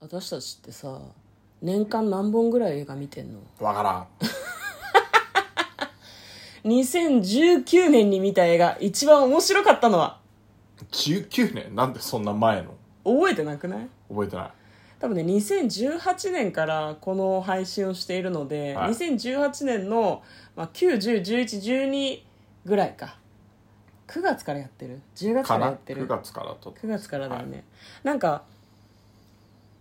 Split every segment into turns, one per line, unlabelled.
私たちってさ年間何本ぐらい映画見てんの
わからん
2019年に見た映画一番面白かったのは
19年なんでそんな前の
覚えてなくない
覚えてない
多分ね2018年からこの配信をしているので、
はい
2018年の、まあ、9101112ぐらいか9月からやってる10月
か
からや
な
ってる
9月からと
9月からだよね、なんか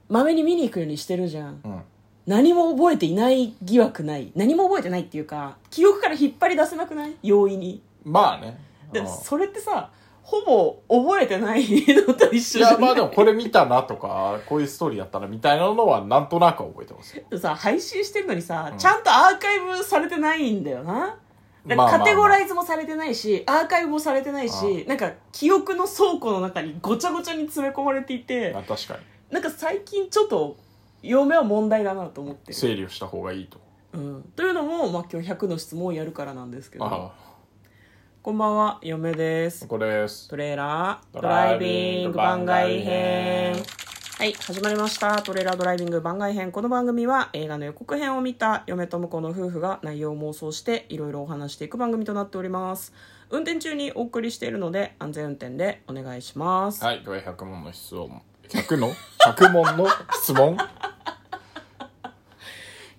まめに見に行くようにしてるじゃん
うん
何も覚えていない疑惑ない何も覚えてないっていうか記憶から引っ張り出せなくない容易に
まあねう
で
ん
それってさほぼ覚えてないのと一緒
い
じゃ
や
な
ま
い
あでもこれ見たなとかこういうストーリーやったなみたいなのはなんとなくは覚えてますよ
さ配信してるのにさ、
うん
ちゃんとアーカイブされてないんだよななん
まあまあ
か
まあ
カテゴライズもされてないし、アーカイブもされてないしなんか記憶の倉庫の中にごちゃごちゃに詰め込まれていて
あ確かに
なんか最近ちょっと嫁は問題だなと思ってる、
整理をした方がいいと
うん、というのも、まあ、今日100の質問をやるからなんですけど
あ
こんばんは嫁です
あこれです
トレーラードライビング番外編はい始まりましたトレーラードライビング番外編この番組は映画の予告編を見た嫁と婿の夫婦が内容を妄想していろいろお話していく番組となっております運転中にお送りしているので安全運転でお願いします、
はいでは100問の質問100の100問の質問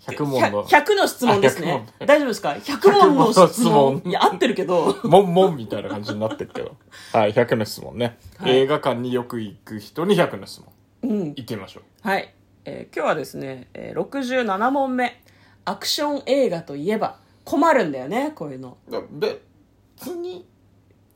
100問の
100の質問です
あ100
ね
問。
大丈夫ですか ?100 問の質問
100問の質。問
いや、合ってるけど。
もんもんみたいな感じになってるけどはい100の質問ね、
はい
映画館によく行く人に100の質問
うん。
行ってみましょう
はい。えー今日はですね、えー67問目。アクション映画といえば困るんだよね、こういうの。
いや別に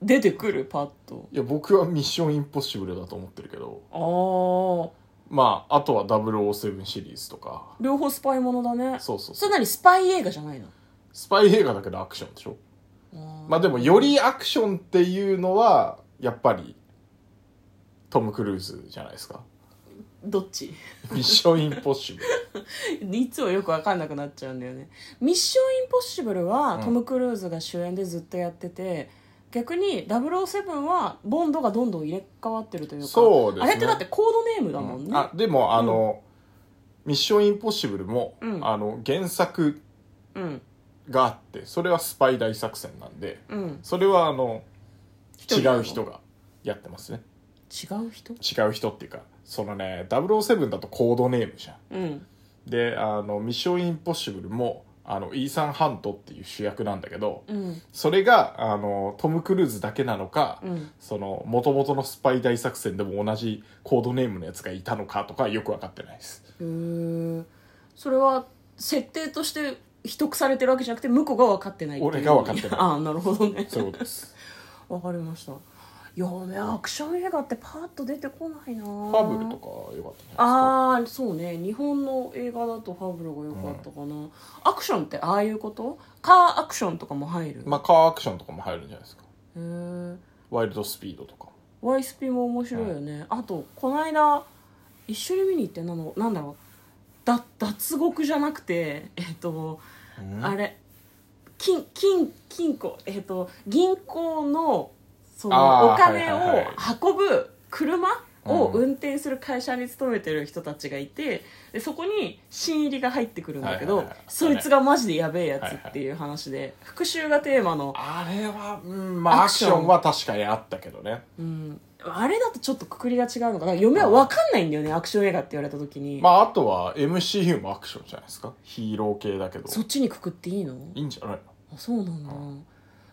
出てくる、パッと。
いや僕はミッションインポッシブルだと思ってるけど
ああ。
まああとは007シリーズとか
両方スパイものだね。
そうそう
そ
そう
れなにスパイ映画じゃないの
スパイ映画だけどアクションでしょまあでもよりアクションっていうのはやっぱりトム・クルーズじゃないで すか
どっ ち
ミッションインポッシブル
いつもよくわかんなくなっちゃうんだよね。ミッションインポッシブルは
うん
トム・クルーズが主演でずっとやってて、逆に007はボンドがどんどん入れ替わってるというか、
そうです
あ
ね
れってだってコードネームだもんね。
あでもあの、ミッションインポッシブルも、
うん
あの原作
うん。
があってそれはスパイ大作戦なんで
うん。
それはあの
一
違
人なの
う人がやってますね
違う人
違う人っていうかそのね007だとコードネームじゃん
うん。
であのミッションインポッシブルもあのイーサン・ハントっていう主役なんだけど
うん。
それがあのトム・クルーズだけなのか、
うん。
その元々のスパイ大作戦でも同じコードネームのやつがいたのかとかよく分かってないです
へーそれは設定として秘匿されてるわけじゃなくて向こうが分かってないっていう
俺が分かってない
ああなるほどね
そういうこと です
分かりましたいやねアクション映画ってパッと出てこないなフ
ファブルとかよかったんじゃない
ああそうね日本の映画だとファブルが良かったかな、アクションってああいうことカーアクションとかも入る、
ですかまあカーアクションとかも入るんじゃないですか
へえ
ワイルドスピードとか
YSP も面白いよね、あとこの間一緒に見に行ってなのなんだろうだ脱獄じゃなくてえっとあれ金金金庫えっ、と銀行のその
あー
お金
はいはい
を
はい
運ぶ車を
うん
運転する会社に勤めてる人たちがいてでそこに新入りが入ってくるんだけど、
はいはいはい
そいつがマジでやべえやつっていう話で、復讐がテーマの、
あれは、うん、まあ
ア
ア
ク
ク
シ
シ
ョン
ョンは確かにあったけどね
うん、あれだとちょっとくくりが違うのかな嫁は分かんないんだよねアクション映画って言われた時に、
まああとは MCU もアクションじゃないですかヒーロー系だけど
そっちにくくっていいの
いいんじゃないの
あそうなんだ、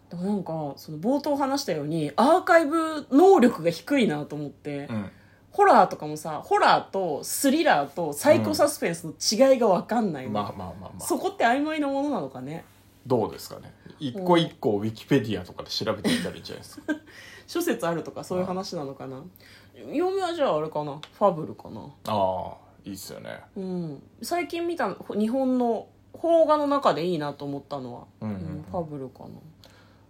でもなんかその冒頭話したようにアーカイブ能力が低いなと思って、
うん
ホラーとかもさホラーとスリラーとサイコサスペンスの違いが分かんないの、
まあまあまあまあ
そこって曖昧なものなのかね
どうですかね一個一個ウィキペディアとかで調べてみたらいいんじゃないです か
諸説あるとかそういう話なのかな嫁はじゃああれかなファブルかな
ああいいっすよね
うん最近見た日本の邦画の中でいいなと思ったのは、
うんうんうん
ファブルかな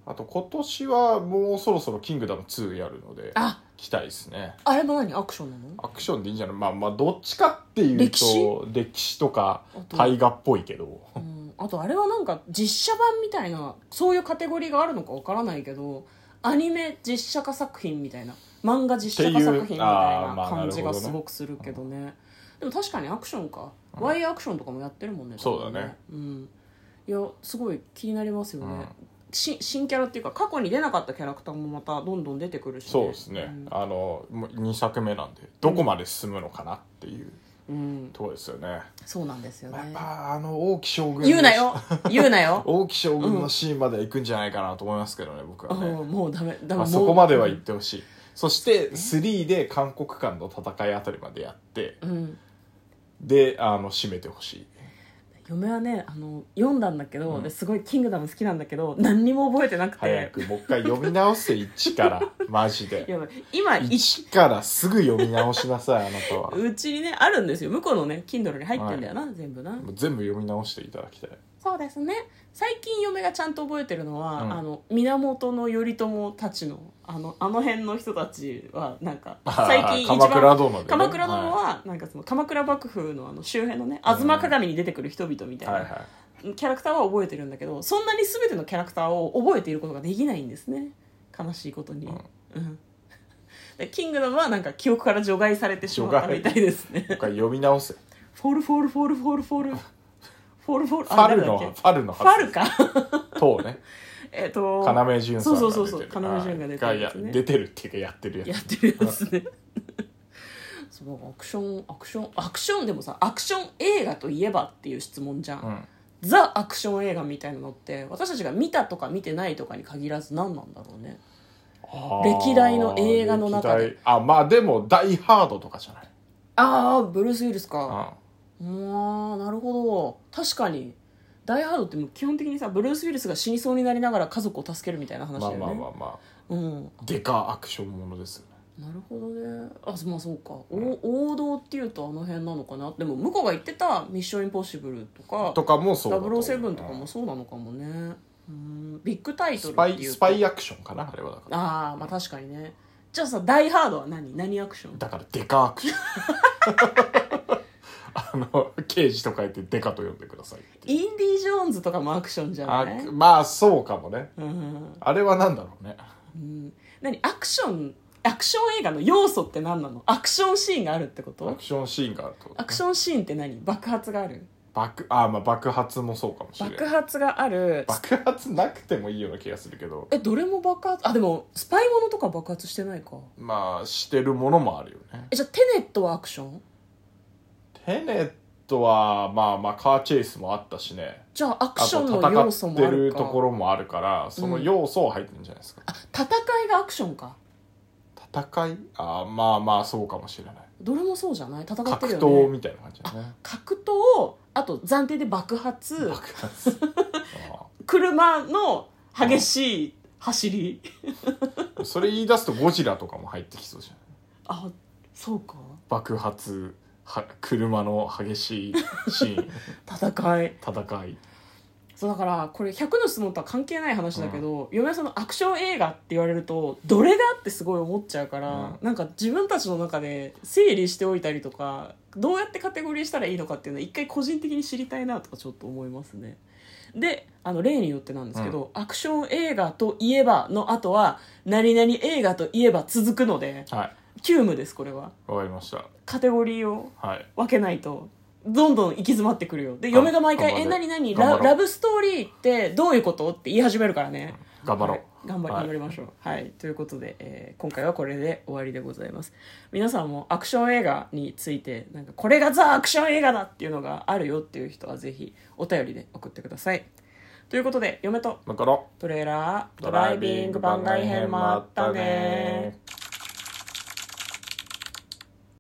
あと今年はもうそろそろ「キングダム2」やるので
あ
期待ですね
あれも何アクションなの
アクションでいいんじゃないまあまあどっちかっていうと
歴史
歴史とか
あと
大河っぽいけど
うんあとあれはなんか実写版みたいなそういうカテゴリーがあるのかわからないけどアニメ実写化作品みたいな漫画実写化作品みたい
あーま
な
あ
感じ
な
が
るほどね
すごくするけどね,、でも確かにアクションか、ワイヤーアクションとかもやってるもんね
そうだね
多分うん、いやすごい気になりますよね、
うん
し新キャラっていうか過去に出なかったキャラクターもまたどんどん出てくるし、
そうですね、あのもう2作目なんでどこまで進むのかなっていう
うん、うん
ところですよね、
そうなんですよ
まあやっ
ね
ぱあの王毅将軍の
言うな よ言うな よ
王毅将軍のシーンまでは行くんじゃないかなと思いますけどね僕は ね、
うんもうダメだ
まあ、そこまでは行ってほしいそして3で韓国間の戦いあたりまでやって
うん
であの締めてほしい
嫁はねあの読んだんだけど、
うん
ですごい「キングダム」好きなんだけど何にも覚えてなく
早
て
くもう一回読み直せ1から マジ
い
で
や今一
1からすぐ読み直しなさいあなたはも
うちにねあるんですよ向こうのね Kindle に入ってんだよな、全部な
う全部読み直していただきたい
そうですね最近嫁がちゃんと覚えてるのは、
うん
あの源頼朝たちのあのあの辺の人たちはなんか
あー
最近一番
鎌倉殿でね
鎌倉殿
は
はなんかその鎌倉幕府のあの周辺のね吾妻鏡に出てくる人々みた
い
いな、
はいはい
キャラクターは覚えてるんだけどそんなに全てのキャラクターを覚えていることができないんですね悲しいことに、
うん
うんでキングダムはなんか記憶から除外されてしまった
除外
みたいですね
もう一回読み直せフ
フォルフォルフォルフォルフォルフォルフォル
ァルの
あ
フ
誰だっ
ァルの
けファルか
とね
えっと
要潤さ
そ
んが出てる
うそうそうそう
はい
要潤が出てるやつね
がや出てるっていうかやってるやつ
やってるやつね そうアクションアクションアクションでもさアクション映画といえばっていう質問じゃん、
うん
ザ・アクション映画みたいなのって私たちが見たとか見てないとかに限らず何なんだろうね
あー
歴代の映画の中で
歴代あまあでも「ダイ・ハード」とかじゃない、
ああブルース・ウィルス
う
か
ん
うんなるほど確かに「ダイ・ハード」ってもう基本的にさブルース・ウィルスが死にそうになりながら家族を助けるみたいな話だ
ま
よ
あ
ね、
まあまあま
うん
あでかアクションものですよね
なるほどねあまあそうかお王道っていうとあの辺なのかなでも向こうが言ってた「ミッション・インポッシブル」とか
とかもそうだと思う
007とかもそうなのかもねうんビッグタイト
ス
ル
パ
って
イ
いうと
スパイアクションかなあれはだから
ああまあ確かにねじゃあさ「ダイ・ハード」は何何アクション
だからデカア クションあの刑事と書いてデカと呼んでくださいっていう
インディ・ージョーンズとかもアクションじゃ
あ
ない
まあそうかもね
うん
あれはなんだろうね
うん何アクションアクション映画の要素って何なのアクションシーンがあるってこ
ア
と
クションシーンがあるってこと
ア
ね
クションシーンって何爆発がある
爆あまあ爆発もそうかもしれ
爆
ない
発がある
爆発なくてもいいような気がするけど
えどれも爆発あでもスパイものとか爆発してないか
まあしてるものもあるよね
えじゃあテネットはアクション
テネットはまあまあカーチェイスもあったしね
じゃあアク
あ
ショ
と
ンの要素
戦っ
も
て
ある
る
か
ところもあるからその要素は入ってるんじゃないですか、
あ戦いがアクションか
戦いあまあまあそうかもしれない
どれもそうじゃない戦って
格
るよね
闘みたいな感じだね
あ格闘あと暫定で爆発
爆発あ
車の激しい走り
あそれ言い出すとゴジラとかも入ってきそうじゃん
あそうか
爆発は車の激しいシーン
戦い
戦い
そうだからこれ100の質問とは関係ない話だけど、嫁はそのアクション映画って言われるとどれだってすごい思っちゃうから、
う
なんか自分たちの中で整理しておいたりとかどうやってカテゴリーしたらいいのかっていうのは一回個人的に知りたいなとかちょっと思いますね。であの例によってなんですけど、アクション映画といえばの後は何々映画といえば続くので
はい
急務ですこれは
わかりました
カテゴリーを
はい
分けないとどんどん行き詰まってくるよで
あ
嫁が毎回「
頑張
え
ろ
何
う
何
頑張
ラ
ろう
ラブストーリーってどういうこと?」って言い始めるからね
頑張ろ
は
う、
い頑張り
はい
頑張りましょう、はいということで、えー今回はこれで終わりでございます皆さんもアクション映画についてなんかこれがザ・アクション映画だっていうのがあるよっていう人はぜひお便りで送ってくださいということで嫁と
だから
トレーラード
ドライビング番外編もあったね